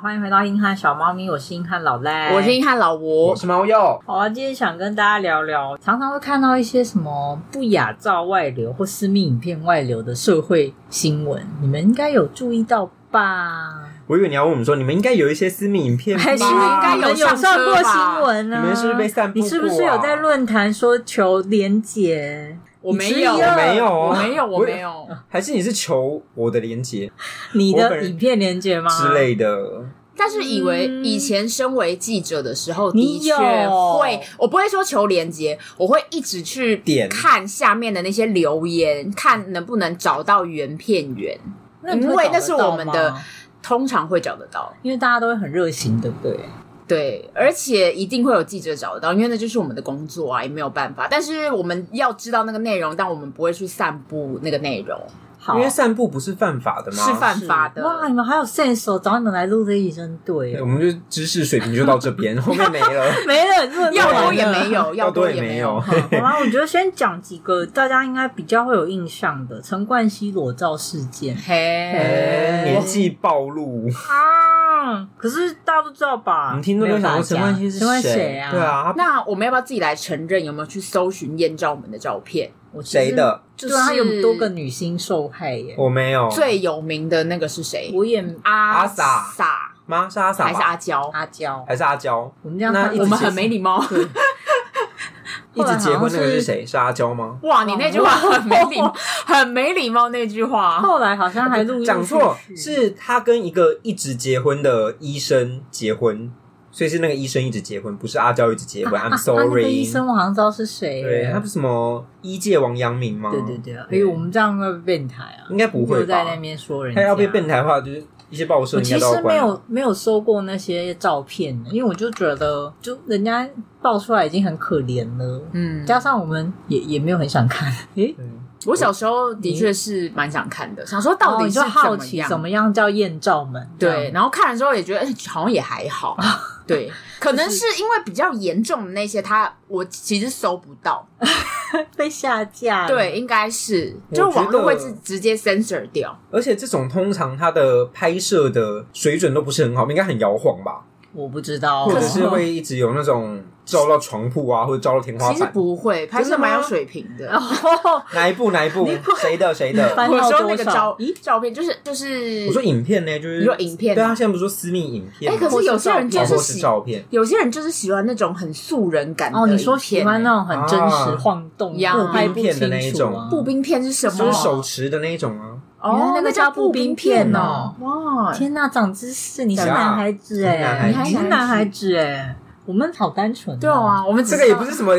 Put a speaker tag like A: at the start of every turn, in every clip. A: 欢迎回到硬汉小猫咪，我是硬汉老赖，
B: 我是硬汉老吴
C: 我，是猫鼬，
A: 好啊，今天想跟大家聊聊，常常会看到一些什么不雅照外流或私密影片外流的社会新闻，你们应该有注意到吧？
C: 我以为你要问我们说，你们应该有一些私密影片吧，
A: 还是你
B: 应该
A: 你们有上过新闻呢、
C: 你们是不是被散布
A: 你
C: 过啊
A: 是不是有在论坛说求连结？
B: 我没有，
A: 你知道
C: 我没有
B: 我
C: 啊
B: 没有，我没，有。
C: 还是你是求我的连接
A: 你
C: 我本
A: 的
C: 人
A: 影片连结吗？
B: 啊
C: 之类的？
B: 但是以为以前身为记者的时候，
A: 你
B: 的确
A: 有
B: 会，我不会说求连接，我会一直去
C: 点
B: 看下面的那些留言，看能不能找到原片源。
A: 那你会
B: 因为
A: 找得
B: 那是我们
A: 到
B: 的
A: 吗
B: 通常会找得到，
A: 因为大家都会很热情，对不对？
B: 对，而且一定会有记者找得到，因为那就是我们的工作啊，也没有办法。但是我们要知道那个内容，但我们不会去散布那个内容，
A: 好，
C: 因为散步不是犯法的吗？
B: 是犯法的。
A: 哇，你们还有 sense 哦，找你们来录这一真
C: 对
A: 对哦
C: 我。们就知识水平就到这 边，后面没了，
A: 没了，录得
B: 要
A: 完
B: 多也
A: 了
B: 没有，
C: 要
B: 多
C: 多
B: 也
C: 也
B: 没
C: 没
B: 有
C: 有。
A: 好啦，我觉得先讲几个大家应该比较会有印象的陈冠希裸照事件
B: 嘿，
C: 年纪暴露，
A: 啊，可是大家都知道吧？
C: 你听众都想
A: 没有大
C: 说
A: 家
C: 陈冠希
A: 陈冠
C: 是
A: 希
C: 谁？
A: 啊？
C: 对，啊，他
B: 那我们要不要自己来承认有没有去搜寻验照我们的照片？
A: 我其实
C: 谁？的？
B: 就
A: 对啊，他有多
C: 哦
A: 个
B: 个
A: 女星受害耶。
C: 我没有，
B: 最有名的那个是谁？
A: 我也
B: 阿
C: 阿萨
B: 萨
C: 吗？是阿萨
B: 还是
C: 吧？
B: 阿娇？
A: 阿娇，
C: 还是阿娇？
A: 我们这样
C: 那
A: 看
C: 一直
B: 我们
C: 结
B: 很没礼貌。
C: 一直结婚那个
A: 是
C: 是？谁？是阿娇吗？
B: 哇，你那句话很没礼，很没礼貌那句话。
A: 后来好像还录
C: 哦讲错，是他跟一个一直结婚的医生结婚，所以是那个医生一直结婚，不是阿娇一直结 婚。
A: 啊
C: I'm
A: 啊那个医
C: sorry，、
A: 生我好像知道是谁耶。
C: 对他不是什么医界王阳明吗？
A: 对对对，哎，我们这样会不会变态啊？
C: 应该不会
A: 又在
C: 吧？
A: 那边说人家
C: 他要被变态化，就是一些报社
A: 我
C: 应该
A: 其
C: 都
A: 实
C: 要
A: 没
C: 关。
A: 有没有收过那些照片，因为我就觉得，就人家爆出来已经很可怜了，
B: 嗯，
A: 加上我们也也没有很想看。 诶、
C: 嗯
B: 我小时候的确是蛮想看的，想说到
A: 哦
B: 底
A: 你
B: 是
A: 就好
B: 怎
A: 奇
B: 样
A: 怎么样叫艳照门？
B: 对，，然后看了之后也觉得，哎、好像也还好。对，可能啊是因为比较严重的那些，他我其实搜不到。
A: 被下架了。
B: 对，应该是，
C: 我
B: 就是网
C: 觉
B: 络
C: 得
B: 会直直接 censor 掉。
C: 而且这种通常它的拍摄的水准都不是很好，应该很摇晃吧，
A: 我不知道、哦
C: 或者是会一直有那种照到床铺啊，或者照到天花
B: 其实
C: 板。
B: 不会，拍摄
C: 真的吗
B: 蛮有水平 的。
C: 哪一部？哪 一部？谁的？谁的？
A: 翻
B: 我
A: 到
B: 说
A: 多
B: 那个
A: 少
B: 照？照片，就是就是，
C: 我说影片呢，就是
B: 你说影片啊
C: 对啊，现在不是说私密影片
B: 哎、
C: 吗？
B: 可是有些人就
C: 然后
B: 是
C: 是
B: 喜，
C: 照片，
B: 有些人就是喜欢那种很素人感的
A: 哦，你说
B: 影片
A: 喜欢那种很真实、
C: 啊
A: 晃动、
B: 呀
A: 我拍不清楚、啊、
C: 片的那一种
B: 步兵嗯片是什么？
C: 就是手持的那一种啊。
A: 原来
B: 哦，
A: 那个叫
B: 叫
A: 步兵
B: 兵
A: 片
B: 哦。哇，
A: 天呐，长知识！你是
C: 呀
A: 男孩子哎、
C: 男
B: 孩子
A: 你是男孩子哎、我们好单纯、哦
B: 对。啊，我们只
C: 这个也不是 什么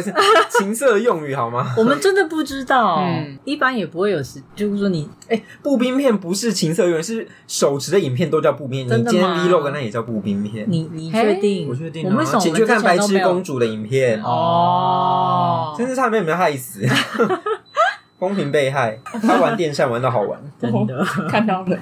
C: 情色用语好吗？
A: 我们真的不知道，
B: 嗯
A: 一般也不会有时，就是说你
C: 哎、步兵片不是情色用语，是手持的影片都叫步兵。
A: 真
C: 你
A: 的
C: 今天
A: 吗
C: vlog 那也叫步兵片。
A: 你你
B: 嘿
A: 确定？
C: 我确定、
A: 我们
C: 啊
A: 为什么，我
C: 请
A: 们
C: 去看
A: 之前
C: 白
A: 都没
C: 痴
A: 有哦
C: 公主的影片，
B: 哦，
C: 真是差点没害死，公平被害。他玩电扇玩到好玩，
A: 真 的
B: 看到了。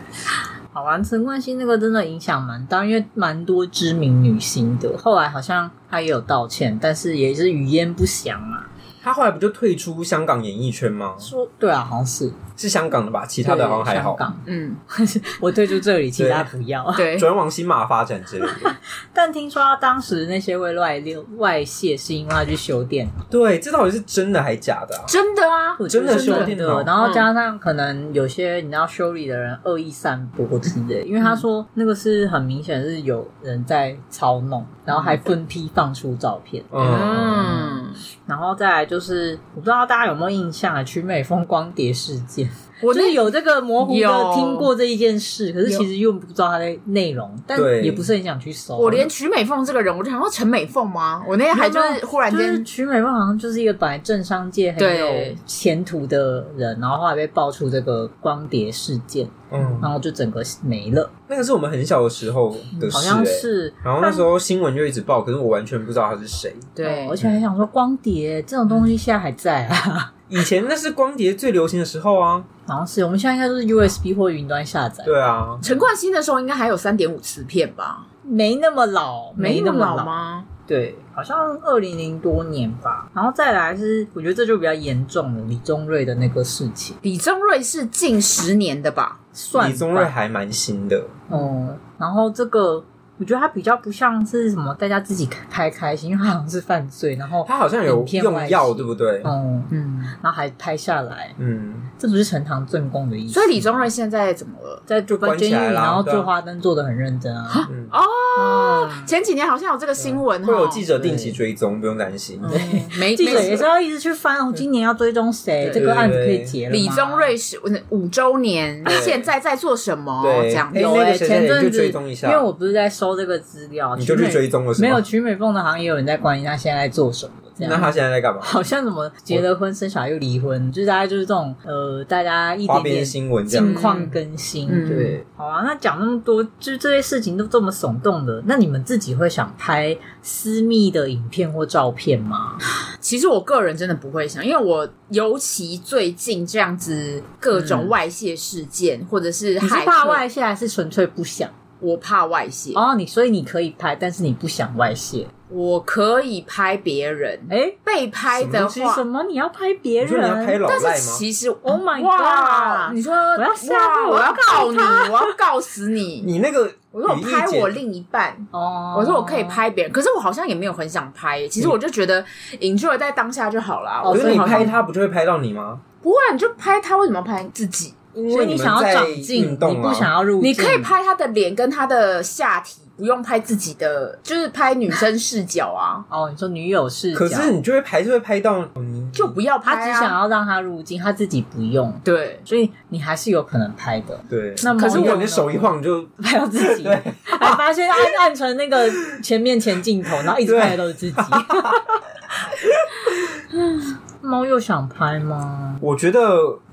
A: 好玩。陈冠希那个真的影响蛮大，因为蛮多知名女星的，后来好像她也有道歉，但是也是语焉不详嘛。
C: 他后来不就退出香港演艺圈吗？
A: 说对啊，好像是
C: 是香港的吧？其他的好像还好
A: 对，香
B: 嗯，
A: 港我退出这里，其
C: 对
A: 他不要。
B: 对，
C: 转往新马发展之类的。
A: 但听说他当时那些会外流外泄，是因为他去修电脑，
C: 对，这到底是真的还假的啊？
B: 真的啊，
A: 我觉得
C: 真的修
A: 真
C: 电
A: 的
C: 脑
A: 然
B: 嗯
A: 后加上可能有些你知道修理的人恶意散播之类，因为
B: 嗯
A: 他说那个是很明显是有人在操弄，然后还分批放出照片，
C: 嗯，
B: 嗯，
A: 然后再来就是我不知道大家有没有印象啊，曲美风光碟事件，
B: 我
A: 就是有这个模糊的
B: 有
A: 听过这一件事，可是其实又不知道它的内容，但
C: 对
A: 也不是很想去搜，
B: 我连曲美凤这个人，我就想说陈美凤吗？我那天还就是忽然
A: 就是
B: 间，
A: 曲美凤好像就是一个本来政商界很有
B: 对
A: 前途的人，然后后来被爆出这个光碟事件，
C: 嗯，
A: 然后就整个没了，
C: 那个是我们很小的时候的事、
A: 嗯好
C: 欸，
A: 像是。
C: 然后那时候新闻就一直报，可是我完全不知道他是谁。
A: 哦
B: 对
A: 而，且还想说光碟这种东西现在还在啊，
C: 以前那是光碟最流行的时候啊，
A: 好像是我们现在应该都是 USB 或云端下载，
C: 对啊，
B: 陈冠希那时候应该还有三点五磁片吧？
A: 没那么老，那
B: 那么
A: 么
B: 老吗？
A: 对，好像二零零多年吧。然后再来是，我觉得这就比较严重了，李宗瑞的那个事情，
B: 李宗瑞是近十年的吧？
A: 算吧
C: 李宗瑞还蛮新的，
A: 嗯，然后这个我觉得它比较不像是什么大家自己拍开心，因为它好像是犯罪，然后
C: 他好像有
A: 影片
C: 用
A: 外
C: 药，
A: 泄
C: 对不对？
A: 嗯，
B: 嗯，
A: 然后还拍下来，
C: 嗯，
A: 这不是呈堂证供的意思。
B: 所以李宗瑞现在怎么了？
A: 在坐
C: 关
A: 监
C: 起来
A: 狱，
C: 啦
A: 然后
C: 对啊
A: 做花灯做的很认真啊。
C: 嗯
B: 哦
A: 嗯，
B: 前几年好像有这个新闻哈，
C: 会有记者定期追踪，不用担心。
B: 嗯没
A: 记者
B: 没
A: 也是要一直去翻，哦今年要追踪谁，这
B: 对
A: 个案子可以结了吗。
B: 李宗瑞是五周年，
C: 对
B: 现在在做什么？
C: 嗯对
B: 这样
C: 哎
A: 有
C: 那个
A: 哎、
C: 谁
A: 前
C: 你
A: 阵
C: 就
A: 子
C: 追踪一下
A: 因为我不是在收这个资料，
C: 你就去
A: 曲美
C: 追踪了是吗？
A: 没有曲美凤的行业有人在关心他现在在做什么，这
C: 那
A: 样。
C: 他现在在干嘛？
A: 好像怎么结了婚生小孩又离婚，就是大家就是这种呃，大家一
C: 嗯花
A: 点
C: 边
A: 点
C: 新闻这
A: 近
C: 样，
A: 况更新，
B: 嗯
A: 对，好啊。那讲那么多，就是这些事情都这么耸动的，那你们自己会想拍私密的影片或照片吗？
B: 其实我个人真的不会想，因为我尤其最近这样子各
C: 嗯
B: 种外泄事件，或者是
A: 你是
B: 害
A: 怕
B: 客
A: 外泄还是纯粹不想？
B: 我怕外泄，
A: 哦，你所以你可以拍，但是你不想外泄。
B: 我可以拍别人，
C: 嗯
A: 哎、
B: 被拍的
C: 什么东
B: 话。
A: 什么？你要拍别
C: 你
A: 人？
C: 说你要拍老
B: 但
C: 赖
B: 是
C: 吗？
B: 其实
A: Oh my
B: 哇
A: god
B: 你说
A: 我要吓
B: 哇
A: 到
B: 我
A: 我
B: 要
A: 要
B: 告你，我要告死你！
C: 你那个
B: 我说我
C: 语义
B: 拍
C: 解
B: 我另一半，
A: 哦，
B: 我说我可以。拍别人，可是我好像也没有很想拍欸耶。其
C: 嗯
B: 实我就觉得 enjoy 在当下就好啦。
A: 哦
B: 我就
C: 可
B: 是
A: 所以
C: 你
A: 好像
C: 拍他不就会拍到你吗？
B: 不会啊，你就拍他，为什么要拍自己？
C: 因
A: 所
C: 为
A: 以你
C: 们
A: 想要
C: 在
A: 长进，
C: 运动啊
A: 你不想要入
B: 你
A: 境，
B: 可以拍他的脸跟他的下体，不用拍自己的，就是拍女生视角啊，
A: 哦。你说女友视角，
C: 可是你就会还是会拍到你
B: 就不要拍、
A: 他
B: 啊。
A: 只想要让他入境，他自己不用，
B: 对，
A: 所以你还是有可能拍的。
C: 对。
A: 那么
B: 可是
C: 如
B: 我
C: 果
A: 有
C: 你的手一晃就
A: 拍到自己，还发现按按成那个前面前镜头，然后一直拍的都是 自己。猫又想拍 吗？
C: 我觉得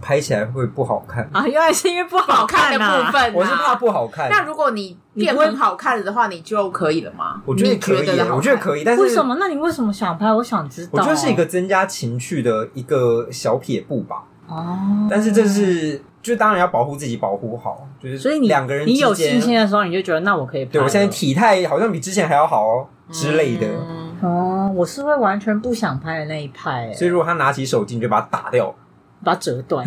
C: 拍起来会不好看，
A: 啊，原来是因为不
B: 不好看的
A: 呐
B: 部分、啊，
C: 我是怕。不好看。
B: 那如果你变很好看了的话，你就可以了吗？
C: 我觉得
B: 你
C: 可以
B: 得的好
C: 耶，
B: 看
C: 我觉得可以，但是
A: 为什？么？那你为什么想拍？我想知道。
C: 我觉得是一个增加情趣的一个小撇步吧。
A: 哦，
C: 但是这是就当然要保护自己，保护好，就是
A: 所以你
C: 两个人
A: 你有
C: 之
A: 信
C: 间
A: 心的时候，你就觉得那我可以拍了。
C: 对我现在体态好像比之前还要好哦之类的。
B: 嗯
A: 哦，我是会完全不想拍的那一派，欸
C: 所以如果他拿起手机，你就把它打掉。
A: 把它折 断，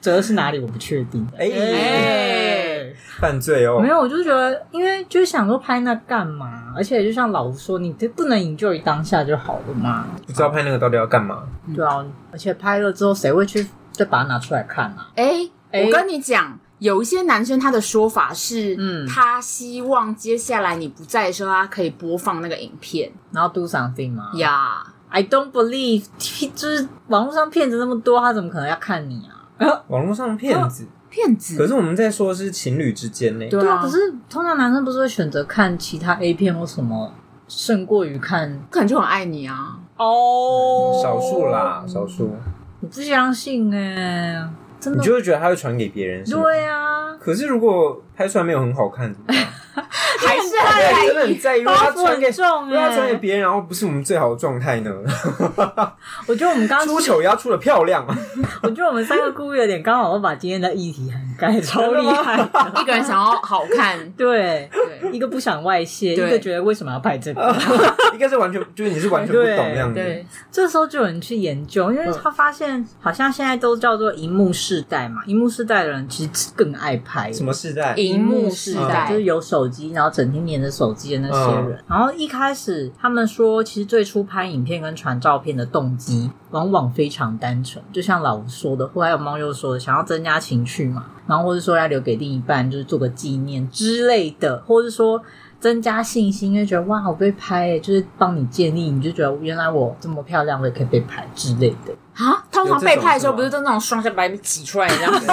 A: 折的是哪里我不确定。
C: 哎
A: 哎
C: 犯罪哦
A: 没！有，我就觉得，因为就是想说拍那干嘛？而且就像老吴说，你这不能 enjoy 当下就好了嘛。
C: 不知道拍那个到底要干嘛？
A: 对啊，而且拍了之后，谁会去再把它拿出来看啊？
B: 哎、
A: 哎
B: 我跟你讲，有一些男生他的说法是，
A: 嗯
B: 他希望接下来你不在的时候，他可以播放那个影片
A: 然后 do something 吗
B: 呀。
A: ？I don't believe，就是网络上骗子那么多，他怎么可能要看你啊？
C: 网络上骗子，
B: 骗
C: 可
B: 子，
C: 是我们在说的是情侣之间呢。
A: 对
B: 对
A: 啊，
B: 啊，
A: 可是通常男生不是会选择看其他 A 片或什么，胜过于看
B: 可能就很爱你啊。
A: 哦
C: 少数啦，少数，
A: 我不相信哎、真
C: 你
A: 的
C: 就会觉得他会传给别人。是吗
A: 对。啊，
C: 可是如果拍出来没有很好看，怎么 办？
B: 还是爱
C: 对，真的很在意。如果
A: 包
C: 他
A: 袱
C: 传
A: 很
C: 给，如
A: 重
C: 果他传
A: 哎、
C: 给别人，然后不是我们最好的状态呢？
A: 我觉得我们刚刚
C: 出，糗也要出的漂亮啊！
A: 我觉得我们三个故意有点刚好都把今天的议题涵盖，超厉害 的。，
B: 一个人想要好看
A: 对，
B: 对
A: 一个不想外泄，一
B: 对
A: 个觉得为什么要拍这个，
C: 应该是完全就是你是完全不懂那样子。
B: 对，
A: 这时候就有人去研究，因为他发现好像现在都叫做荧幕世代嘛，荧幕世代的人其实更爱拍
C: 什么世代？
B: 荧幕时代
A: 嗯啊就是有手机，然后整天黏着手机的那些人。然后一开始他们说，其实最初拍影片跟传照片的动机往往非常单纯，就像老吴说的，或还有猫又说的，想要增加情趣嘛，然后或者说要留给另一半，就是做个纪念之类的，或者说。增加信心，因为觉得哇，我被拍耶，就是帮你建立，你就觉得原来我这么漂亮，我也可以被拍之类的。
B: 啊，通常
C: 有这种
B: 被拍的时候
C: 是吗
B: 不是都那种双下巴被挤出来这样子？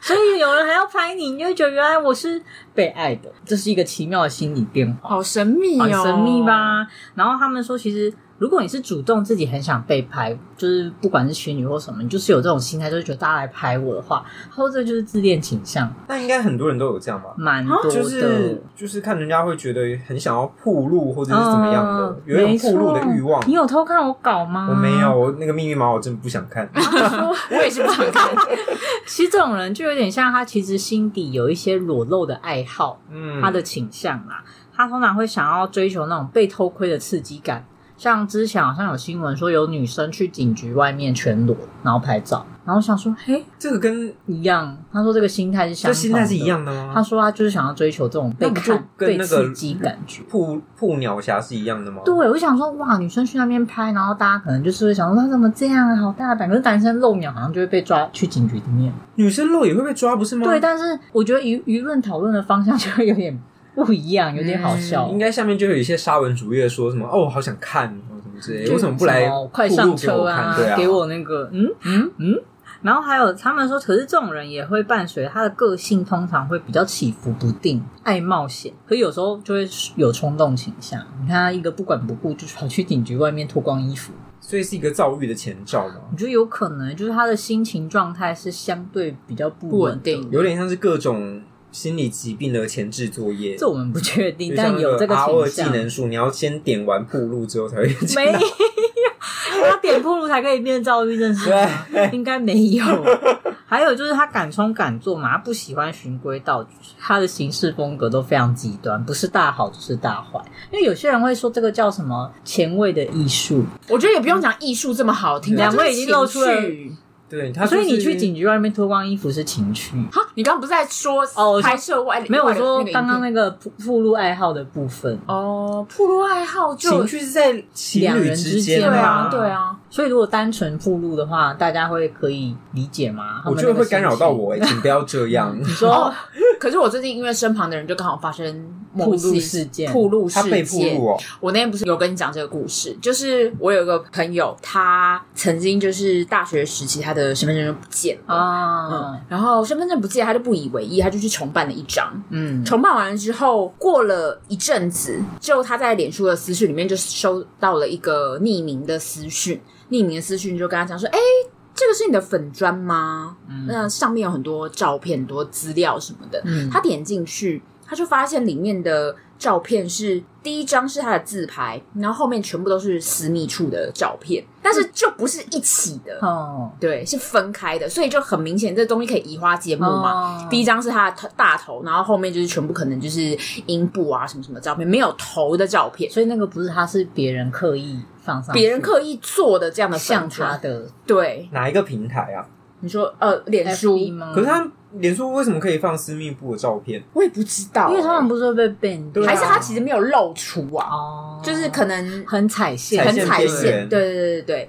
A: 所以有人还要拍你，你就会觉得原来我是被爱的，这是一个奇妙的心理变化。
B: 好神秘
A: 很
B: 哦，
A: 神秘？吧。然后他们说，其实如果你是主动自己很想被拍，就是不管是情侣或什么，你就是有这种心态，就是觉得大家来拍我的话，或者就是自恋倾向
C: 那应该很多人都有这样吧？
A: 蛮多的。
C: 就是就是看人家会觉得很想要铺路或者是怎么样的，
A: 嗯
C: 有一种铺路的欲
A: 没
C: 望
A: 错。你有偷看我搞吗？
C: 嗯我没有，。我那个命运猫我真的不想看。
B: 我也是不想 看，
A: 其实这种人就有点像他，其实心底有一些裸露的爱好，
C: 嗯，
A: 啊他的倾向啦。他通常会想要追求那种被偷窥的刺激感，像之前好像有新闻说有女生去警局外面全裸然后拍照，然后我想说，嘿，
C: 这个跟
A: 一样。他说这个心态是相同的，
C: 这心态是一。样的吗？
A: 他说他就是想要追求这种被
C: 那不就
A: 看、
C: 跟
A: 被
C: 那个
A: 刺激感觉。
C: 瀑瀑鸟侠是一样的吗？
A: 对，我就想说，哇，女生去那边拍，然后大家可能就是会想说，他怎么这样啊，好大胆。可是男生露鸟好像就会被抓去警局里面。
C: 女生露也会被抓，不是吗？
A: 对，但是我觉得舆舆论讨论的方向就会有点不一样，有点好笑。
C: 应该下面就有一些沙文主义的说什么哦，好想看哦，什么之类的，
A: 就
C: 为什么不来
A: 什么快
C: 铺
A: 上
C: 路给
A: 车
C: 我看？对啊，
A: 给我那个，嗯嗯嗯。然后还有他们说，可是这种人也会伴随他的个性，通常会比较起伏不定，爱冒险，可有时候就会有冲动倾向。你看他一个不管不顾，就跑去警局外面脱光衣服，
C: 所以是一个躁郁的前兆嘛
A: 我，觉得有可能就是他的心情状态是相对比较不
B: 不
A: 稳
B: 稳
A: 定。
B: 定。
C: 有点像是各种心理疾病的前置作业。
A: 这我们不确定，
C: 就像
A: 但
C: 那
A: 有这个
C: R 二
A: 倾
C: 技
A: 向。
C: 能术，你要先点完铺路之后才会 进
A: 没有，他点铺路才可以变躁郁症是吗？应该没有。还有就是他敢冲敢做嘛，他不喜欢循规蹈矩，他的行事风格都非常极端，不是大好就是大坏。因为有些人会说这个叫什么前卫的艺术，
B: 我觉得也不用讲艺术这么好听，
A: 两
B: 但就是
A: 位已经露出了
B: 情绪
C: 对，他
A: 所以
C: 就是
A: 你去警局外面脱光衣服是情趣。
B: 哈，你刚刚不是在说
A: 哦我说
B: 拍摄外
A: 没有，我
B: 外的
A: 说
B: 那个影
A: 刚刚
B: 片
A: 那个铺铺路爱好的部分，
B: 哦，铺路爱好就
C: 情绪是在情
A: 两
C: 侣
A: 人之
C: 之
A: 间
C: 间
B: 对啊
A: 嘛
C: 啊，
B: 对啊，
A: 所以如果单纯铺路的话，大家会可以理解吗？
C: 我觉得会干扰到。我，哎请不要 这样。
A: 你
B: 哦
A: 说
B: 可是我最近因为身旁的人就刚好发生
A: 暴
B: 某
A: 露
B: 些
A: 事件
B: 暴露事
C: 他被铺
B: 件
C: 路。哦，
B: 我那天不是有跟你讲这个故事，就是我有一个朋友，他曾经就是大学时期他的身份证就不见了。
A: 啊
B: 嗯，，然后身份证不见，他就不以为意，他就去重办了一张。
A: 嗯，
B: 重办完了之后，过了一阵子，就他在脸书的私讯里面就收到了一个匿名的私讯，匿名的私讯就跟他讲说：“哎、这个是你的粉砖吗？那上面有很多照片、很多资料什么的。”
A: 嗯
B: 他点进去，他就发现里面的照片是第一张是他的自拍，然后后面全部都是私密处的照片，但是就不是一起的，
A: 哦，
B: 对，是分开的，所以就很明显，这东西可以移花接木嘛。
A: 嘛
B: 第一张是他的头大头，然后后面就是全部可能就是阴部啊什么什么照片，没有头的照片，
A: 所以那个不是他，是别人刻意放上去，
B: 别人刻意做的这样的
A: 像
B: 粉
A: 他
B: 砖。
A: 的
B: 对，
C: 哪一个平台啊？
B: 你说呃，脸书
A: FB 吗？
C: 可是他脸书为什么可以放私密部的照片？
B: 我也不知道欸、欸
A: 因为他们不是会被 ban，掉
C: 对啊
B: 还是他其实没有露出啊，
A: 哦，
B: 就是可能
A: 很踩线，
B: 很
C: 线
B: 彩
C: 边
B: 线，
C: 缘
B: 对对对对对。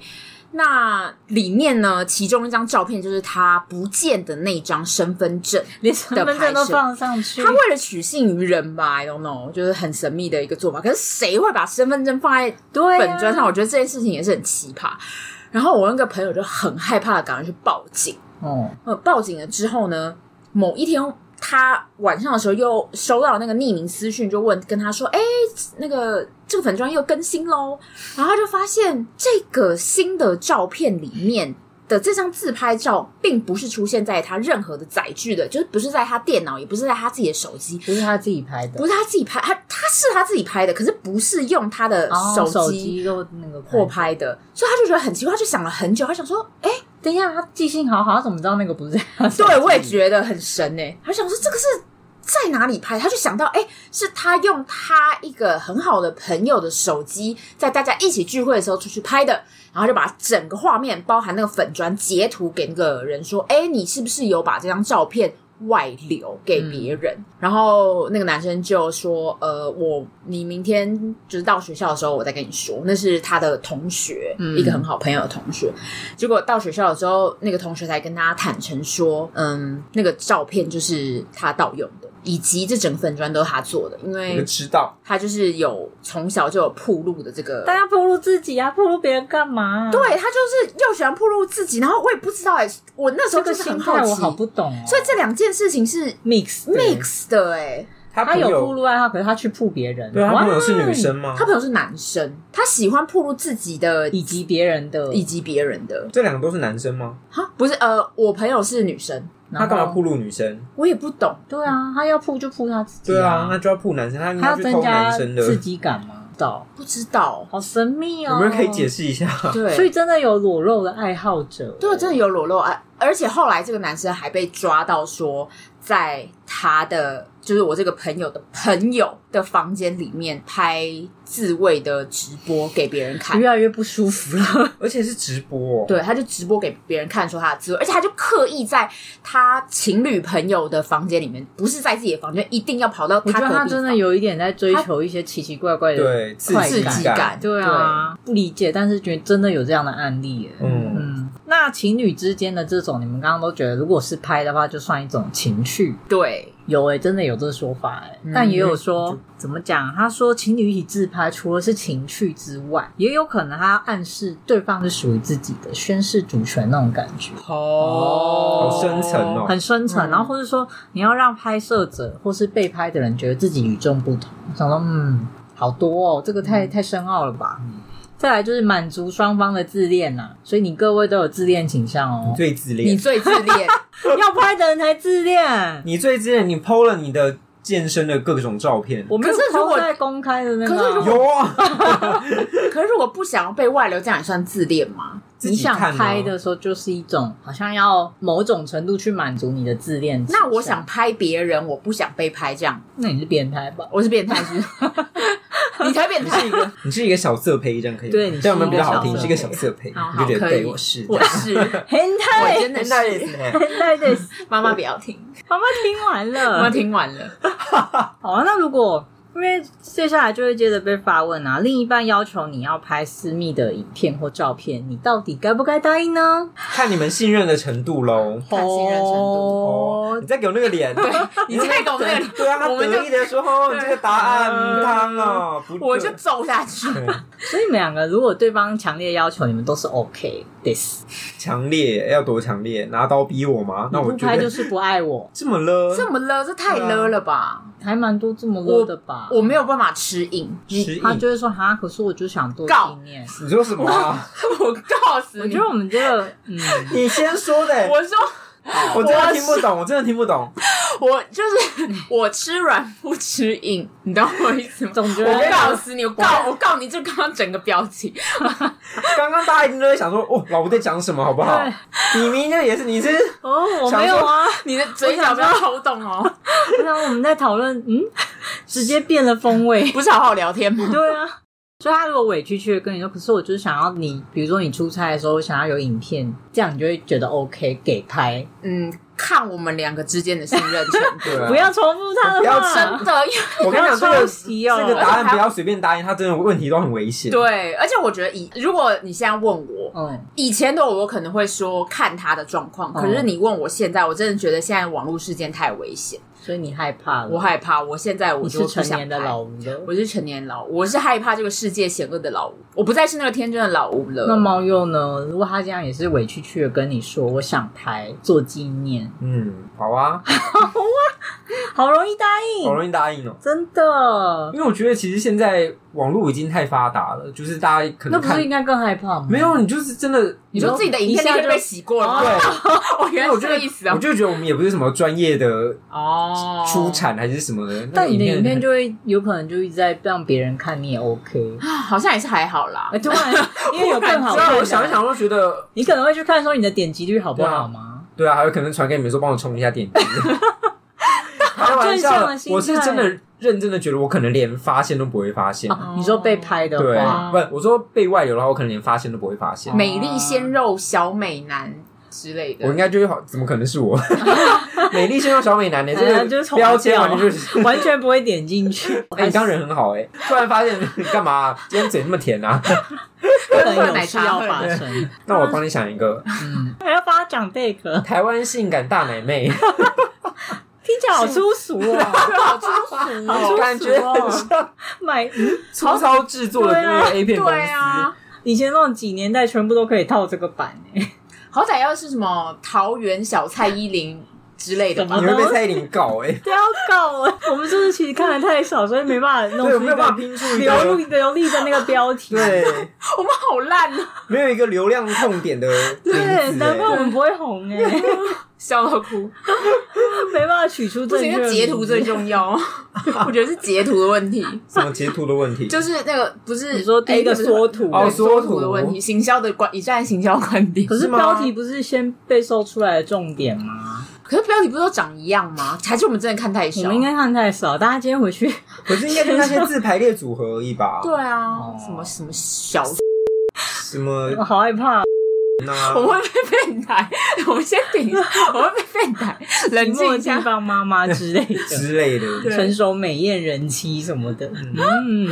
B: 那里面呢，其中一张照片就是他不见的那张身份证，
A: 连身份证都放上去
B: 他。为了取信于人吧，I don't know，就是很神秘的一个做法。可是谁会把身份证放在
A: 对啊
B: 本专上？我觉得这件事情也是很奇葩。然后我那个朋友就很害怕，赶快去报警。
A: 哦，
B: 呃，报警了之后呢，某一天他晚上的时候又收到那个匿名私讯，就问跟他说：“哎、那个这个粉砖又更新喽。”然后他就发现这个新的照片里面。的这张自拍照并不是出现在他任何的载具的，就是不是在他电脑，也不是在他自己的手机，
A: 不是他自己拍的，
B: 不是他自己拍，他他是他自己拍的，可是不是用他的
A: 哦
B: 手
A: 手
B: 机
A: 机都那个
B: 或。拍的，所以他就觉得很奇怪，他就想了很久，他想说，哎、
A: 等一下，他记性好好，他怎么知道那个不是他？
B: 对，啊我也觉得很神呢、他想说这个是在哪里拍？他就想到，哎、是他用他一个很好的朋友的手机，在大家一起聚会的时候出去拍的，然后就把整个画面，包含那个粉砖截图给那个人说，哎、你是不是有把这张照片？外流给别人，然后那个男生就说：“呃，我你明天就是到学校的时候，我再跟你说。”那是他的同学，
A: 嗯
B: 一个很好朋友的同学。结果到学校的时候，那个同学才跟他坦诚说，嗯，那个照片就是他盗用的，以及这整个粉砖都是他做的，因
A: 哎
C: 我就
B: 为
C: 知道，
B: 他就是有从小就有铺路的这个。
A: 大家暴露自己啊，暴露别人干嘛？
B: 对，他就是又喜欢铺路自己，然后我也不知道哎、我那时
A: 这
B: 候
A: 个
B: 就是
A: 心
B: 很
A: 态
B: 好
A: 我
B: 奇，
A: 好不嗯懂哦。
B: 所以这两件事情是
A: mix 的
B: mix 的哎、
C: 他
A: 他
C: 朋
A: 有暴
C: 友
A: 露爱好，可是他去扑别人，
C: 对他朋
A: 哇
C: 友是女生吗
B: 他？朋友是男生，他喜欢铺路自己的，
A: 以及别人的，
B: 以及别人的。
C: 这两个都是男生吗？
B: 哈，不是呃，我朋友是女生，
A: 然
C: 他
A: 后
C: 干嘛铺路女生？
B: 我也不懂。
A: 对啊，他要扑就扑他自己、
C: 对啊，那就要铺男生，他应
A: 他要
C: 该去
A: 增
C: 偷
A: 加
C: 男生的。
A: 刺激感吗？到，
B: 不知道，
A: 好神秘哦。哦
C: 有没有人可以解释一下？
B: 对，
A: 所以真的有裸露的爱好者，
B: 对，真的有裸露爱哎而且后来这个男生还被抓到说，在他的就是我这个朋友的朋友的房间里面拍自慰的直播给别人看
A: 越。来越不舒服 了。
C: 而且是直播、哦，
B: 对，他就直播给别人看说他的自慰，而且他就刻意在他情侣朋友的房间里面，不是在自己的房间，一定要跑到
A: 我觉
B: 隔
A: 得
B: 壁
A: 他真的
B: 房
A: 有一点在追求一些奇奇怪怪的，
C: 对刺
A: 快
B: 刺
C: 激
B: 激
C: 感
B: 感，
A: 对啊，不理解，但是觉得真的有这样的案例耶。
C: 嗯，
A: 嗯，那情侣之间的这种，你们刚刚都觉得，如果是拍的话，就算一种情趣。
B: 对，
A: 有诶、真的有这说法诶、
B: 嗯
A: 但也有说怎么讲？他说情侣一起自拍，除了是情趣之外，也有可能他暗示对方是属于自己的，宣示主权那种感觉。
B: 哦
C: 好深层哦
A: 很深层，
B: 嗯
A: 然后或者说你要让拍摄者或是被拍的人觉得自己与众不同，想说嗯，好多哦，这个
B: 嗯
A: 太、太深奥了吧。再来就是满足双方的自恋呐、所以你各位都有自恋倾向哦，
C: 最自
B: 你
C: 恋，
B: 最自恋，
A: 要拍的人才自恋。
C: 你最自恋，你 PO 了你的健身的各种照片，
A: 我没有
B: 可是如果
A: 抛在公开的那个啊，
B: 可是如果
C: 有啊，
B: 可是如果不想要被外流，这样也算自恋吗？
C: 自
A: 你
C: 己
A: 想
C: 看啊
A: 拍的时候，就是一种好像要某种程度去满足你的自恋倾向。
B: 那我想拍别人，我不想被拍，这样
A: 那你是变态 吧？
B: 我是变态是 不是？你才变态一个，
C: 你是一个小色胚，这样可以吗？
A: 对你是
C: 这样有没有比较好听？
A: 一
C: 你
A: 个
C: 是一个小色胚，
B: 好
C: 你
B: 好
C: 就觉得
B: 可以，
C: 对我是，
B: 我是
A: 变
B: 我
A: 态，
B: 真的是
C: 那也是哎
A: 变 态的，
B: 妈妈不要听，
A: 妈妈听完
B: 妈 妈
A: 了，
B: 听完了，
A: 好啊，那如果因为接下来就会接着被发问啊，另一半要求你要拍私密的影片或照片，你到底该不该答应呢？
C: 看你们信任的程度喽。
B: 看信任程度。
C: 哦，你再给我那个脸，对
B: 你再给我那个
C: 对啊，他
B: 我们就
C: 得意的说：“哦，你这个答案
B: 嗯
C: 汤哦，不对
B: 我就揍下去。
C: 对
A: 所以你们两个如果对方强烈要求，你们都是 OK this，
C: 强烈要多强烈，拿刀逼我吗？那
A: 你
C: 我
A: 不
C: 觉
A: 拍就
C: 得
A: 是不爱我，
C: 这么 了，
B: 这么了，这太了了吧！
A: 还蛮多这么 low 的吧？
B: 我没有办法吃硬，
C: 失忆
A: 他就会说哈，可是我就想多
B: 告
A: 经验。
C: 你说什么啊？
B: 我告诉你，
A: 我觉得我们这个， 嗯，
C: 你先说的欸，
B: 我说
C: 我真的听不懂，我真的听不懂。
B: 我就是 我吃软不吃硬，你懂 我意思吗？
A: 总觉
B: 我
A: 得
B: 告诉你，我告我告你，就刚刚整个标题，
C: 刚刚大家一定都在想说：“哦，老吴在讲什么，好不好？”你明明就也是，你是
A: 哦，我没有啊，
B: 你的嘴角不要抽动哦，
A: 我想我们在讨论，嗯，直接变了风 味。
B: 不是好好聊天吗？
A: 对啊，所以他如果委屈屈的跟你说，可是我就是想要你，比如说你出差的时候，我想要有影片，这样你就会觉得 OK 给拍，
B: 嗯，看我们两个之间的信任程 度，
C: 对啊
A: 不要重复他的
C: 不要
A: 话
B: 真。的，因为
C: 我跟你讲，这
A: 不要
C: 个
A: 抄袭哦
C: 这个答案不要随便答应，他真的问题都很危险。
B: 对，而且我觉得以如果你现在问我，
A: 嗯，
B: 以前的我，我可能会说看他的状况，可是你问我现在，我真的觉得现在网络事件太危险，
A: 所以你害怕了，
B: 我害怕。我现在我
A: 你
B: 嗯就是不
A: 成
B: 想
A: 年的
B: 拍
A: 老吴了。
B: 我是成年老吴，我是害怕这个世界险恶的老吴，我不再是那个天真的老吴了。
A: 那猫鼬呢？如果他这样也是委屈屈的跟你说，我想拍做纪念，
C: 嗯，好啊，
A: 好容易答应，
C: 好容易答应哦。
A: 真的，
C: 因为我觉得其实现在网络已经太发达了，就是大家可
A: 那
C: 能
A: 不是
C: 看
A: 应该更害怕吗？
C: 没有，你就是真的，
B: 你说自己的影片立刻就被洗过了，
C: 对，
A: 哦
B: 我哦原
C: 因为
B: 来
C: 我
B: 是
C: 觉
B: 这
C: 得
B: 个意思啊
C: 我。就觉得我们也不是什么专业的
B: 哦，
C: 出产还是什么的，那
A: 但
C: 个
A: 你的影片
C: 很
A: 就会有可能就一直在让别人看，你也 OK。
B: 啊好像也是还好啦
A: 哎，。突然因为有更好
C: 对啊，
A: 看，
C: 我想一，想，我就觉得
A: 你可能会去看说你的点击率好不好吗？
C: 对啊，还有可能传给你们说帮我冲一下 点击。开玩
A: 正
C: 笑
A: 向的，心态
C: 我是真的认真的觉得，我可能连发现都不会发现。
A: 啊你说被拍的
C: 对，
A: 话，
C: 不，我说被外流的话，我可能连发现都不会发现。
A: 没
B: 美丽鲜肉小美男之类的，
C: 我应该就会好，怎么可能是我？ 美丽鲜肉小美 男呢、
A: 哎呀
C: 这
A: 就是
C: 个
A: 从
C: 标签完
A: 掉
C: 全就是。
A: 完全不会点进去，
C: 哎、你刚人很好哎、突然发现 你干嘛、今天嘴那么甜啊？
A: 可能
B: 喝
A: 有
B: 奶
A: 事
B: 茶
A: 要
B: 喝
A: 发
B: 奶
A: 生。
C: 那我帮你想一个
A: 嗯， 还要帮他讲这个，
C: 台湾性感大奶妹，
A: 听起来好粗俗哦，
B: 好粗 俗
A: 好粗俗
B: 哦
A: 哦
C: 感觉很像
A: 买嗯
C: 粗糙制作的那个 A 片公司。
B: 对啊，
A: 以前那种几年 代全部都可以套这个版哎，
B: 好歹要是什么桃园小蔡依林之类的吧
A: 懂，
C: 你？会被蔡依林搞哎、欸
A: 不要搞了，我们就是其实看的太少，所以没办法弄
C: 对，我
A: 出一
C: 没有办法
A: 个
C: 拼出一
A: 流利
C: 个，
A: 流利的那个标题。
C: 对，
B: 我们好烂哦、
C: 没有一个流量痛点的名字、
A: 对，
C: 欸，
A: 难怪我们不会红哎、
B: 笑到哭。
A: 没办法取出
B: 不
A: 正
B: 行，
A: 确
B: 那
A: 的
B: 截图
A: 名字
B: 最重要。我觉得是截图的问题，
C: 什么截图的问题，
B: 就是那个不是
A: 你说第一个
B: A 不是
A: 缩图欸
B: 对
C: 哦缩
B: 图的
C: 图
B: 问题，行销的观，以站行销观点。
A: 可是
C: 是吗
A: 标题不是先被搜出来的重点吗？
B: 可是标题不是都长一样吗？还是我们真的看太
A: 我
B: 少
A: 们？应该看太少，大家今天回去
C: 可是应该是那些字排列组合而已吧？
B: 对啊
A: 哦，
B: 什么什么小，
C: 什么啊
A: 我 好害怕，
C: 那
B: 我们会被变态。我们先停，我们会被变态，冷静一
A: 地
B: 下。
A: 方妈妈之类 的，
C: 之类的
B: 对
A: 成熟美艳人妻什么的，嗯，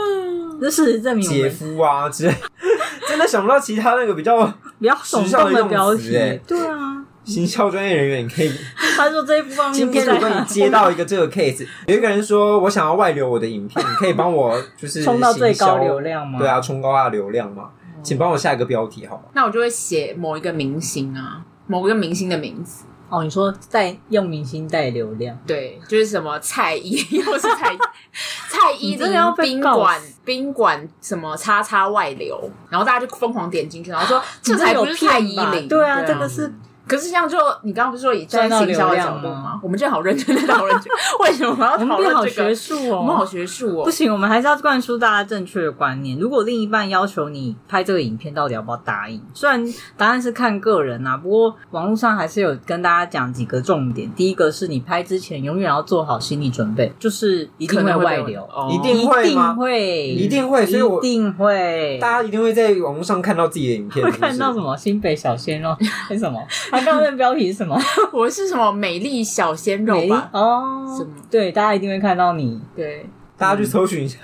A: 这事实证明我
C: 姐
A: 们
C: 夫啊之类， 真的想不到其他那个比较
A: 比较耸动的标
C: 时尚的用词
A: 题
C: 欸，
A: 对啊，
C: 行销专业人员可以。
A: 他说这一方面
C: 今
A: 不
C: 天
A: 在
C: 如 果你接到一个这个
A: 嗯
C: case，有一个人说我想要外流我的影 片，你可以帮我就是
A: 冲到最
C: 行销
A: 高流量吗哦
C: 对啊，冲高它的流量嘛，请帮我下一个标题好吗？
B: 那我就会写某一个明星啊，某个明星的名字。
A: 哦，你说在用明星带流量，
B: 对，就是什么蔡依， 又是蔡依蔡依
A: 你真的要
B: 林
A: 被
B: 宾
A: 告
B: 馆
A: 死
B: 宾馆什么叉叉外流，然后大家就疯狂点进去，然后 说这才
A: 有
B: 不是蔡
A: 骗
B: 依
A: 吧
B: 林，
A: 对啊，这个是
B: 可是像就你刚刚不是说以站在行销的角度
A: 赚到流量
B: 吗
A: 吗？
B: 我们这好认真的讨论这个，为什么我要
A: 我们
B: 讨
A: 变好
B: 论这
A: 学
B: 个？
A: 术
B: 我们好
A: 哦。
B: 学术
A: 不
B: 哦，
A: 行，我们还是要灌输大家正确的观念。如果另一半要求你拍这个影片，到底要不要答应？虽然答案是看个人啊，不过网络上还是有跟大家讲几个重点。第一个是你拍之前永远要做好心理准备，就是一定会外流，
B: 哦
C: 一
A: 一
C: 定会吗
A: 定会，
C: 一定会所以我
A: 一定会。
C: 大家一定会在网络上看到自己的影片，
A: 会
C: 是不是
A: 看到什么新北小鲜肉？ 是什么？他刚刚那标题是什么？
B: 我是什么美丽小鲜肉
A: 美丽
B: 吧？什
A: 哦
B: 么，
A: 对，大家一定会看到你。
B: 对，
C: 大家去搜寻 一下。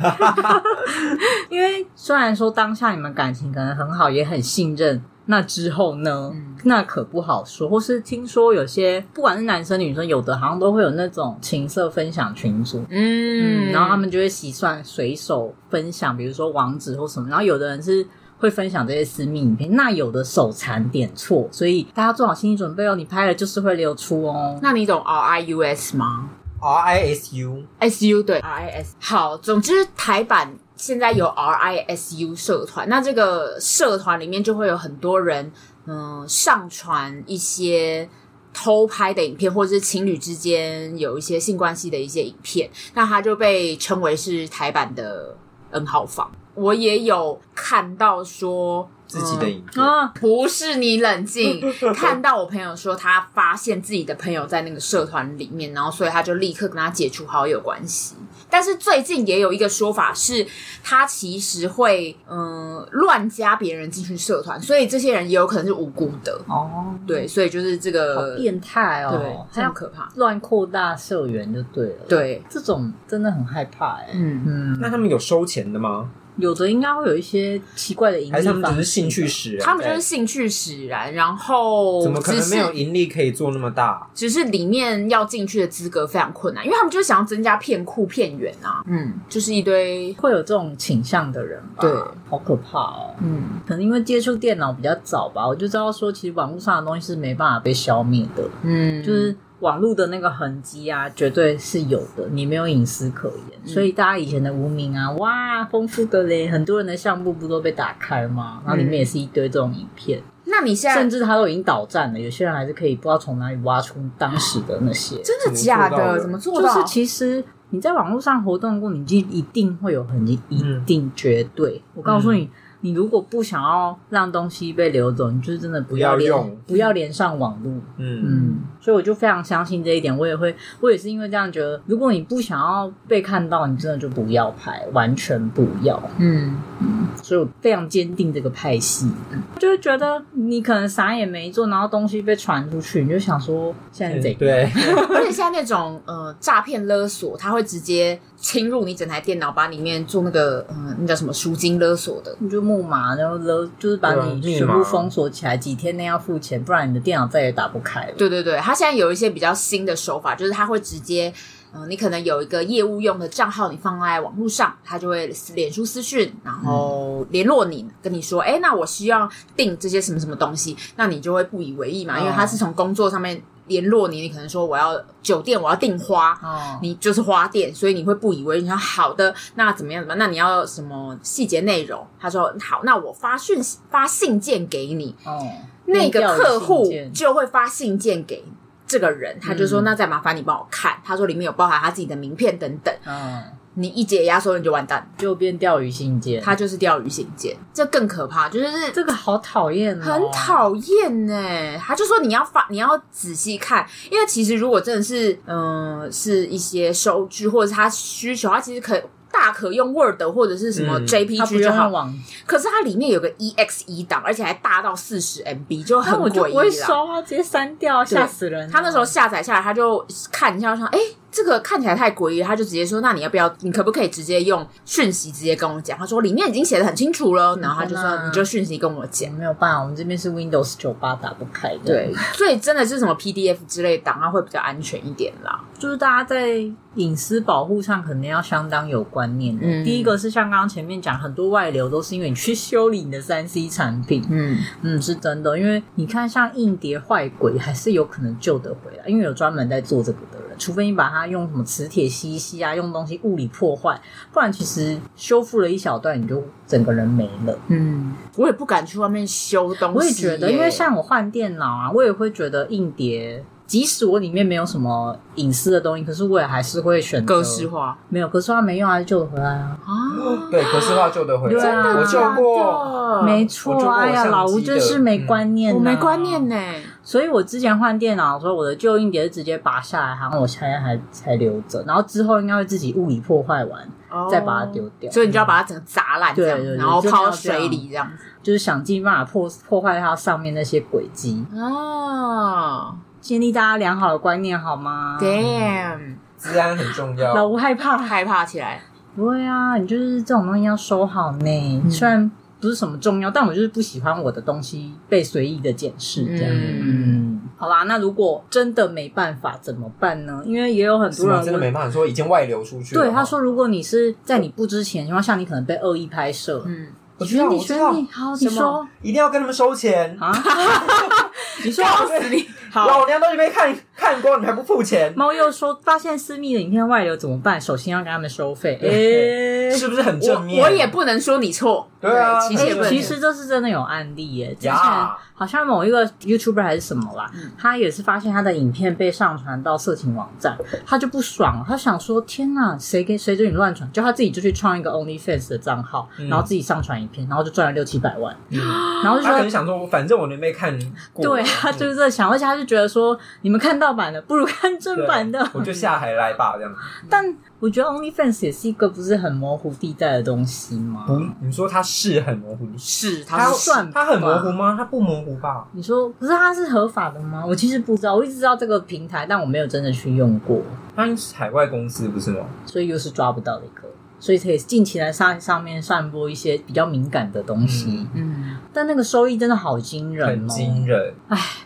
A: 因为虽然说当下你们感情可能很好，也很信任，那之后呢，
B: 嗯
A: 那可不好说。或是听说有些不管是男生女生，有的好像都会有那种情色分享群组。
B: 嗯
A: 嗯，然后他们就会习惯随手分享，比如说网址或什么。然后有的人是会分享这些私密影片，那有的手残点错，所以大家做好心理准备哦，你拍了就是会流出哦。
B: 那你懂 R I U S 吗
C: R I S U，
B: ？S U 对 R I S。好，总之台版。现在有 RISU 社团，那这个社团里面就会有很多人，嗯、上传一些偷拍的影片，或者是情侣之间有一些性关系的一些影片，那它就被称为是台版的 N 号房。我也有看到说
C: 自己的影片，
A: 啊，
B: 不是你冷 静，看到我朋友说他发现自己的朋友在那个社团里面，然后所以他就立刻跟他解除好友关系。但是最近也有一个说法是，他其实会嗯乱加别人进去社团，所以这些人也有可能是无辜的。
A: 哦，
B: 对，所以就是这
A: 好
B: 个
A: 变态
B: 对
A: 哦，，
B: 这样可怕。
A: 乱扩大社员就对了。，
B: 对，
A: 这种真的很害怕哎、
B: 嗯，
A: 嗯，
C: 那他们有收钱的吗？
A: 有的应该会有一些奇怪的盈
C: 还
A: 利
C: 是他们
A: 方
C: 只
A: 式
C: 是兴趣使然？
B: 他们就是兴趣使然，然后
C: 怎么可
B: 只
C: 能
B: 是
C: 没有盈利可以做那么大？
B: 只是里面要进去的资格非常困难，因为他们就是想要增加骗库骗源啊，嗯，就是一堆
A: 会有这种倾向的人吧？
B: 对，
A: 好可怕哦。
B: 嗯
A: 可能因为接触电脑比较早吧，我就知道说，其实网络上的东西是没办法被消灭的，
B: 嗯，
A: 就是网络的那个痕迹啊，绝对是有的，你没有隐私可言。
C: 嗯
A: 所以大家以前的无名啊，哇，丰富的嘞，很多人的相簿不都被打开吗？然后里面也是一堆这种影片，
B: 那你
C: 嗯
B: 现
A: 甚
B: 在
A: 至它都已经倒站了，有些人还是可以不知道从哪里挖出当时的那些。
B: 真的假的？怎
C: 怎
B: 么
C: 么
B: 做
A: 就
B: 到？
A: 是其实你在网络上活动过，你就一定会有痕迹，一定绝对。我告诉你，你如果不想要让东西被流走，你就是真的不要
C: 不
A: 连
C: 要用
A: 不要连上网络。
C: 嗯，
A: 嗯，所以我就非常相信这一点，我也会，我也是因为这样觉得，如果你不想要被看到，你真的就不要拍，完全不要。
B: 嗯，
A: 所以我非常坚定这个派系，嗯就会觉得你可能啥也没做，然后东西被传出去，你就想说现在是怎样？
C: 哎对，
B: 而且现在那种呃诈骗勒索，他会直接侵入你整台电脑，把里面做那个嗯、那叫什么赎金勒索的。
A: 你就木马，然后勒，就是把你
C: 对啊密
A: 全
C: 码
A: 部封锁起来，几天内要付钱，不然你的电脑再也打不开了。
B: 对对对，他现在有一些比较新的手法，就是他会直接。嗯，你可能有一个业务用的账号，你放在网络上，他就会私脸书私讯，然后联络你，跟你说，哎，那我需要订这些什么什么东西，那你就会不以为意嘛，因为他是从工作上面联络你，你可能说我要酒店，我要订花，
A: 哦，
B: 你就是花店，所以你会不以为意你说好的，那怎么样？怎么样？那你要什么细节内容？他说好，那我发讯息发信件给你，
A: 哦，
B: 那个客户
A: 内调的信件
B: 就会发信件给这个人，他就说：“
A: 嗯
B: 那再麻烦你帮我看。”他说里面有包含他自己的名片等等，
A: 嗯，
B: 你一解压缩你就完蛋，
A: 就变钓鱼信件，
B: 他就是钓鱼信件，这更可怕，就是
A: 这个好讨厌、哦，
B: 很讨厌呢。他就说你要发，你要仔细看，因为其实如果真的是嗯、呃是一些收据或者是他需求，他其实可。大可用 Word 或者是什么
C: 嗯
A: 他
B: JPG
A: 不
B: 就
A: 就
B: 好，
A: 要往，
B: 可是它里面有个 EXE 档，而且还大到四十 MB，就很
A: 那我就
B: 诡
A: 不会
B: 异啦。
A: 收啊，直接删掉，吓死人了。啊
B: 他那时候下载下来，他就看一下，说：“哎、这个看起来太诡异。”他就直接说：“那你要不要？你可不可以直接用讯息直接跟我讲？”他说：“里面已经写的很清楚了。”然后他就
A: 天
B: 说：“
A: 哪
B: 你就讯息跟我讲。
A: 没有办法，我们这边是 Windows 九八打不开的，”
B: 对，所以真的是什么 PDF 之类的档案会比较安全一点啦。
A: 就是大家在隐私保护上肯定要相当有观念的。
B: 嗯
A: 第一个是像刚刚前面讲，很多外流都是因为你去修理你的三 C 产品，
B: 嗯，
A: 嗯，是真的，因为你看像硬碟坏鬼还是有可能救得回来，因为有专门在做这个的人，除非你把它用什么磁铁吸一吸啊，用东西物理破坏，不然其实修复了一小段你就整个人没了。
B: 嗯，我也不敢去外面修东西。
A: 我也觉得，因为像我换电脑啊，我也会觉得硬碟，即使我里面没有什么隐私的东西，可是我也还是会选择
B: 格式化
A: 没有，可是它没用啊，就救回来啊，
B: 啊，
C: 对，格式化救得回
A: 对
C: 来，
A: 啊
C: 我救过。
A: 没错
C: 嗯我就
A: 啊，
C: 问我
A: 哎呀，
C: 相
A: 老吴
C: 机
A: 真
C: 的
A: 是没
C: 嗯
A: 观念、啊
B: 我没观念呢、啊
A: 所以我之前换电脑的时候，我的旧硬碟是直接拔下来，然后我现在还还留着，然后之后应该会自己物理破坏完，
B: 哦
A: 再把它丢掉
B: 所以你就要把它整个砸烂，这样，
A: 对对对
B: 然后
A: 就
B: 抛
A: 要这样
B: 水里这样子。
A: 就是想尽办法破破坏它上面那些轨迹，啊
B: 哦
A: 建立大家良好的观念好
B: 啊
A: 吗？，
B: ，damn，
C: 治安很重
A: 老
C: 要。
A: 吴害怕，
B: 害怕起来。
A: 不会啊，你就是这种东西要收好呢，
C: 嗯
A: 虽然不是什么重要，但我就是不喜欢我的东西被随意的检视这样。
B: 嗯
A: 嗯好啦，那如果真的没办法怎么办呢？因为也有很
C: 什
A: 多人
C: 么真的
A: 问
C: 没办法说已经外流出去了。
A: 对，他说，如果你是在你不知情的情况下，你可能被恶意拍摄。
B: 嗯，
C: 我知道，
A: 你
C: 我知
A: 说，
C: 道
A: 你好，你
C: 什
A: 说
C: 么一定要跟他们收钱，
A: 啊？你说
B: 嗯
C: 你！
A: 好。
C: 老娘都已经被看看光，你还不付钱，
A: 猫又说，发现私密的影片外流怎么办？首先要给他们收费。诶、
C: 是不是很
B: 我
C: 正面？
B: 我也不能说你错，
C: 对啊
B: 哎其实也
A: 诶
B: 不能
A: 其实这是真的有案例耶，之前
C: 呀嗯
A: 好像某一个 YouTuber 还是什么啦，他也是发现他的影片被上传到色情网站，他就不爽了，他想说天呐，谁给谁准你乱传？就他自己就去创一个 OnlyFans 的账号，
C: 嗯
A: 然后自己上传影片，然后就赚了六七百 万，
C: 嗯
A: 然后就
C: 他可
A: 说
C: 能想说，反正我没被看过，嗯
A: 对他就是这想，而且他就觉得说，你们看盗版的不如看正
C: 对
A: 版的。
C: 我就下海来吧，这样。
A: 但我觉得 OnlyFans 也是一个不是很模糊地带的东西嘛。
C: 不，你说他是很模糊，
B: 是
C: 他
B: 他是
A: 算
C: 他很模
A: 吧
C: 糊吗？他不模糊吧？
A: 你说，可是它是合法的吗？我其实不知道，我一直知道这个平台，但我没有真的去用过，
C: 他是海外公司不是吗？
A: 所以又是抓不到的一个。所以可以近期来上上面散播一些比较敏感的东西，
B: 嗯，
A: 但那个收益真的好惊人
C: 很
A: 哦！
C: 惊人。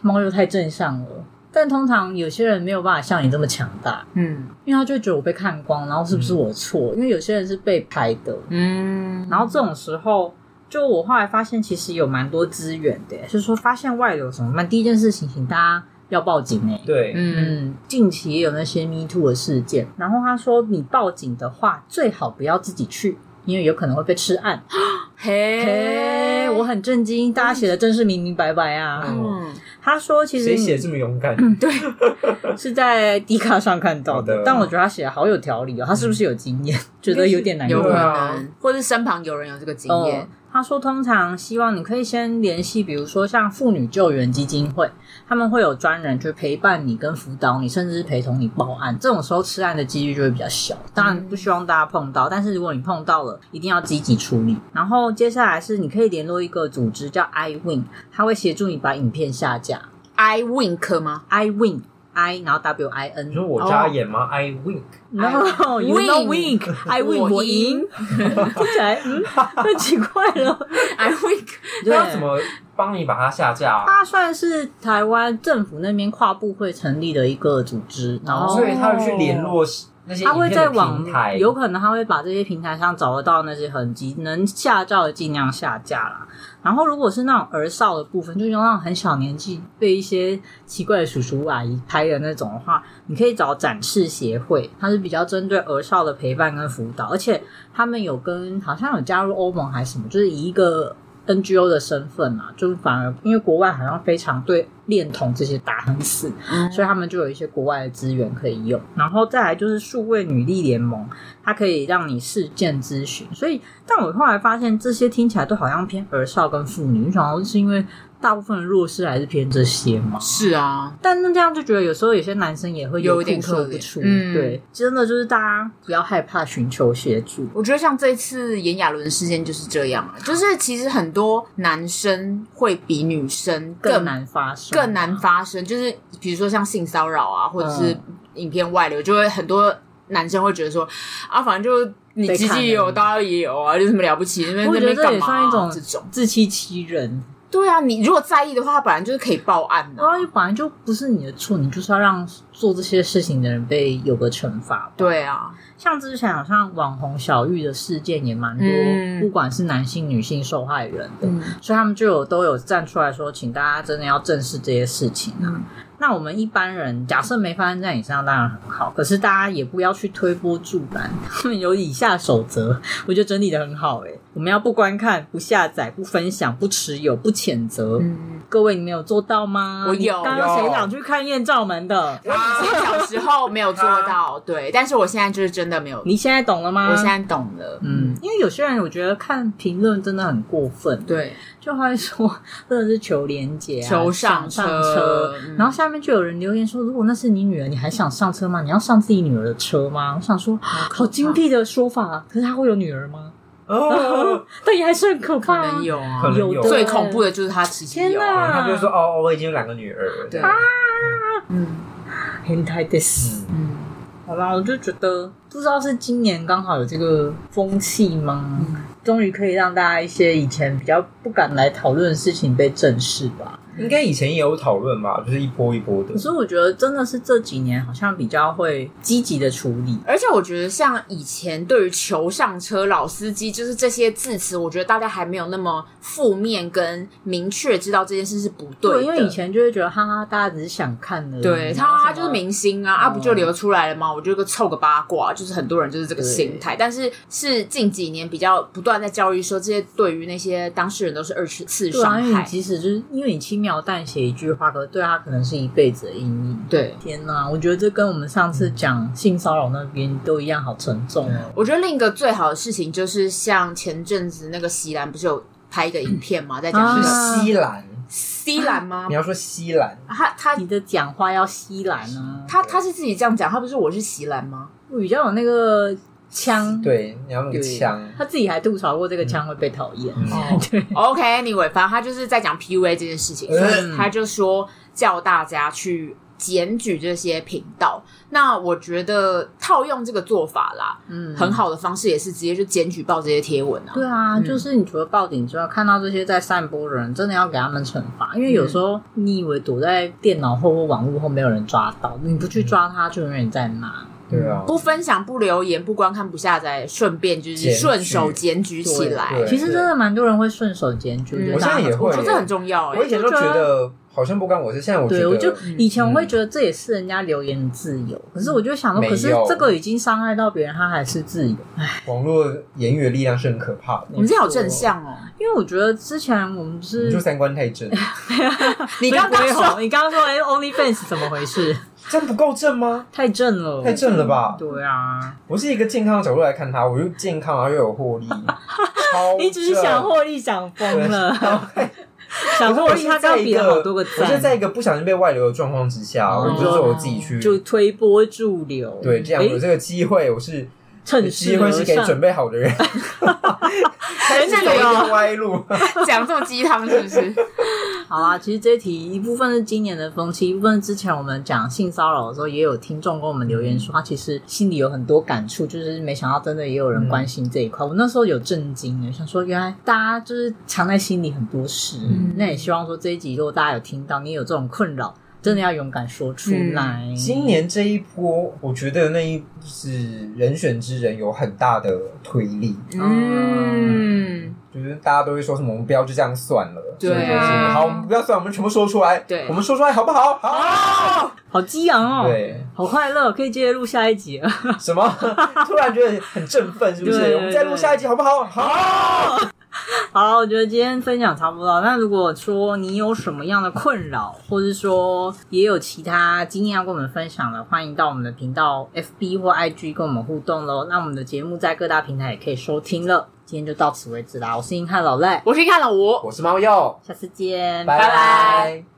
A: 猫又太正向了，但通常有些人没有办法像你这么强大，
B: 嗯
A: 因为他就觉得我被看光，然后是不是我错？因为有些人是被拍的，
B: 嗯，
A: 然后这种时候，就我后来发现其实有蛮多资源的，就是说发现外流什么，那第一件事情，请大家要报警哎。
C: 对，
B: 嗯
A: 嗯，近期也有那些 Me Too 的事件，然后他说你报警的话，最好不要自己去，因为有可能会被吃案。
B: 嘿
A: 嘿，我很震惊，大家写的真是明明白白啊。
B: 哎嗯
A: 他说其实
C: 谁
A: 你
C: 写这么勇敢？
A: 嗯是在 D 卡上看到
C: 好
A: 的
C: 的，
A: 但我觉得他写的好有条理哦，他是不是有经验？觉得有点难
B: 有
A: 过
B: 可
C: 对啊
B: 能，或是身旁有人有这个经
A: 哦
B: 验，，
A: 他说，通常希望你可以先联系，比如说像妇女救援基金会，他们会有专人去陪伴你、跟辅导你，甚至是陪同你报案。这种时候，吃案的几率就会比较小。当然，不希望大家碰到，但是如果你碰到了，一定要积极处理。然后接下来是你可以联络一个组织叫 iWin，它会协助你把影片下架。
B: ，I wink 吗？
A: iWin i 然后 w i n，
C: 你说我扎眼
A: 哦
C: 吗？I wink。
A: No, you know
B: Win
A: wink. I win，
B: 我
A: 我
B: 赢
A: 赢。听起来嗯， 太奇怪哦了。
B: ，I wink，
A: 对
C: 那要怎么帮你把它下架啊？
A: 它算是
C: 哦
A: 台湾政府那边跨部会成立的一个组织，然后
C: 所以他要去联络
D: 那些
A: 哦他会
D: 影片
A: 在
D: 的
A: 网
D: 平台，
A: 有可能他会把这些平台上找得到那些痕迹，能下架的尽量下架啦。然后如果是那种儿少的部分，就是那种很小年纪被一些奇怪的叔叔阿姨拍的那种的话，你可以找展示协会，它是比较针对儿少的陪伴跟辅导，而且他们有跟好像有加入欧盟还是什么，就是以一个 NGO 的身份嘛，就是反而因为国外好像非常对恋童这些打很死，所以他们就有一些国外的资源可以用。然后再来就是数位女力联盟，它可以让你事件咨询。所以，但我后来发现这些听起来都好像偏儿少跟妇女，然后是因为大部分的弱势还是偏这些嘛。
B: 是啊，
A: 但那这样就觉得有时候有些男生也会
B: 有
A: 哭
B: 一点
A: 说
B: 可
A: 不
B: 怜
A: 出，
B: 嗯
A: 对，真的就是大家不要害怕寻求协助。
B: 我觉得像这次炎亚纶事件就是这样啊，就是其实很多男生会比女生
A: 更
B: 更
A: 难发生，啊
B: 更难发生，就是比如说像性骚扰啊，或者是
A: 嗯
B: 影片外流，就会很多男生会觉得说啊，反正就你
A: 被
B: 鸡
A: 看
B: 鸡
A: 了
B: 也有，大家也有啊，有什么了不起？那边
A: 我
B: 那
A: 觉得
B: 边
A: 这
B: 干
A: 也
B: 嘛啊、
A: 算一种
B: 这种，
A: 自欺欺人。
B: 对啊，你如果在意的话，他本来就是可以报案的、
A: 然后本来就不是你的错，你就是要让做这些事情的人被有个惩罚。，
B: 对啊，
A: 像之前好像网红小玉的事件也蛮多，
B: 嗯
A: 不管是男性、女性受害人的，
B: 嗯，
A: 所以他们就有都有站出来说，请大家真的要正视这些事情啊。
B: 嗯
A: 那我们一般人假设没发生在你身上，当然很好，可是大家也不要去推波助澜。 他们有以下守则，我觉得整理的很好诶、我们要不观看、不下载、不分享、不持有、不谴责。
B: 嗯，
A: 各位，你们有做到吗？
B: 我
A: 你
B: 有
A: 刚刚谁
C: 有
A: 想去看艳照门的？
B: 我以
A: 啊
B: 前小时候没有做到， 对，但是我现在就是真的没有，
A: 你现在懂了吗？
B: 我现在懂了，
A: 嗯，因为有些人我觉得看评论真的很过分，，
B: 对，
A: 就会说真的是求连结、啊、
B: 求上
A: 上上
B: 车
A: 车，
B: 嗯
A: 然后下面就有人留言说，如果那是你女儿，你还想上车吗？你要上自己女儿的车吗？我想说，好精辟的说法，可是她会有女儿吗？
C: 哦，
A: 但也还是很可
B: 可
A: 怕、
B: 能有啊
C: 可，能有
A: 有的
B: 最恐怖的就是他其实
A: 天
B: 有啊，
A: 哪啊
C: 他就说哦，我已经有两个女儿了，
B: 对，嗯
A: 很太 this。
C: 嗯，
B: 嗯。
A: 好啦，我就觉得不知道是今年刚好有这个风气吗？
B: 嗯
A: 终于可以让大家一些以前比较不敢来讨论的事情被正视吧。
C: 应该以前也有讨论吧，就是一波一波的
A: 可，是我觉得真的是这几年好像比较会积极的处理，
B: 而且我觉得，像以前对于“求上车”“老司机”就是这些字词，我觉得大家还没有那么负面跟明确知道这件事是不对的。
A: 因为以前就会觉得哈哈，大家只是想看的，
B: 对
A: 然后什
B: 他
A: 么
B: 就是明星啊，啊不就流出来了吗？我就个凑个八卦，就是很多人就是这个心态。但是是近几年比较不断在教育说，这些对于那些当事人都是二次次
A: 对啊，
B: 伤
A: 因为你
B: 害。
A: 即使就是因为你轻描淡写一句话，可是对他可能是一辈子的阴影。
B: 对，
A: 天哪，我觉得这跟我们上次讲性骚扰那边都一样，好沉重哦。
B: 我觉得另一个最好的事情就是，像前阵子那个席兰不是有拍一个影片嘛，在讲那个
A: 啊
C: 是西兰，
B: 西兰吗
C: 你？要说西兰，
B: 他
C: 啊
B: 他
A: 你的讲话要吸蓝啊，
B: 他他是自己这样讲，他不是我是席兰吗？
A: 比较有那个腔，
C: 对，你要那个
A: 对
C: 枪，嗯
A: 他自己还吐槽过这个腔会被讨厌。嗯
B: 哦 OK，anyway，、反正他就是在讲 PUA 这件事情，所以
A: 嗯
B: 他就说叫大家去检举这些频道。那我觉得套用这个做法啦，
A: 嗯，
B: 很好的方式也是直接就检举报这些贴文啊。
A: 对啊，就是你除了报警之外，看到这些在散播的人，真的要给他们惩罚，
B: 嗯
A: 因为有时候你以为躲在电脑后或网络后没有人抓到，你不去抓他，就永远在那。
C: 对啊，
A: 嗯
B: 不分享、不留言、不观看、不下载，顺便就是
C: 检举
B: 顺手检举起来
C: 对。
A: 其实真的蛮多人会顺手检
B: 嗯
A: 举，
C: 我
A: 就啊
C: 现在
A: 大
C: 也
A: 家
C: 会
B: 我觉得这很重要哎、
C: 我以前都觉得好像不关我事，现在我觉
A: 对，我就
C: 得嗯
A: 以前我会觉得这也是人家留言的自由，可
B: 嗯
A: 是我就想说，
C: 没有
A: 可是这个已经伤害到别人，他还是自由。
C: 网络言语的力量是很可怕的，
A: 嗯
B: 我们这好正向哦、
A: 因为我觉得之前我们是
C: 你就三观太正，
B: 你刚刚说，
A: 你刚刚说哎，OnlyFans 怎么回事？
C: 这样不够正吗？
A: 太正了，
C: 太正了吧！
A: 对啊，
C: 我是一个健康的角度来看它，我又健康，然后又有获利，超
A: 你只是想获利想疯 了，想
C: 正。
A: 获
C: 可
A: 利
C: 是
A: 他
C: 我
A: 刚
C: 在一
A: 比
C: 个，
A: 了好多个
C: 我是在
A: 赞，
C: 一个不小心被外流的状况之下，
A: 哦
C: 我就是我自己去
A: 就推波助流，
C: 对这样有
A: 诶
C: 这个机会，我是
A: 趁势
C: 机会
A: 而
C: 是给
A: 上。
C: 准备好的 人，
B: 哎这
C: 走
B: 个
C: 一
B: 有
C: 个歪路。
B: 讲这么鸡汤是不是？
A: 好啊，其实这一题一部分是今年的风气，一部分是之前我们讲性骚扰的时候，也有听众跟我们留言
C: 嗯
A: 说，他其实心里有很多感触，就是没想到真的也
C: 嗯
A: 有人关心这一块。我那时候有震惊耶，想说原来大家就是藏在心里很多事。
C: 嗯
A: 那也希望说这一集如果大家有听到，你有这种困扰。真的要勇敢说出来。
C: 嗯今年这一波，我觉得那一是人选之人有很大的推力，
B: 嗯，
C: 就是大家都会说什么我们不要就这样算了，
B: 对啊
C: 好，我们不要算，我们全部说出来，
B: 对
C: 我们说出来好不好？好，
A: 好激昂哦，
C: 对，
A: 好快乐，可以接着录下一集 了。
C: 什么？ 突然觉得很振奋，是不
A: 对
C: 是？
A: 对
C: 我们再录下一集好不好？好，
A: 好，我觉得今天分享差不多了。那如果说你有什么样的困扰，或是说也有其他经验要跟我们分享的，欢迎到我们的频道 FB 或 IG 跟我们互动喽。那我们的节目在各大平台也可以收听了。今天就到此为止啦，我是硬汉老赖，
B: 我先看了我。
C: 我是猫鼬，
A: 下次见，
C: 拜
B: 拜。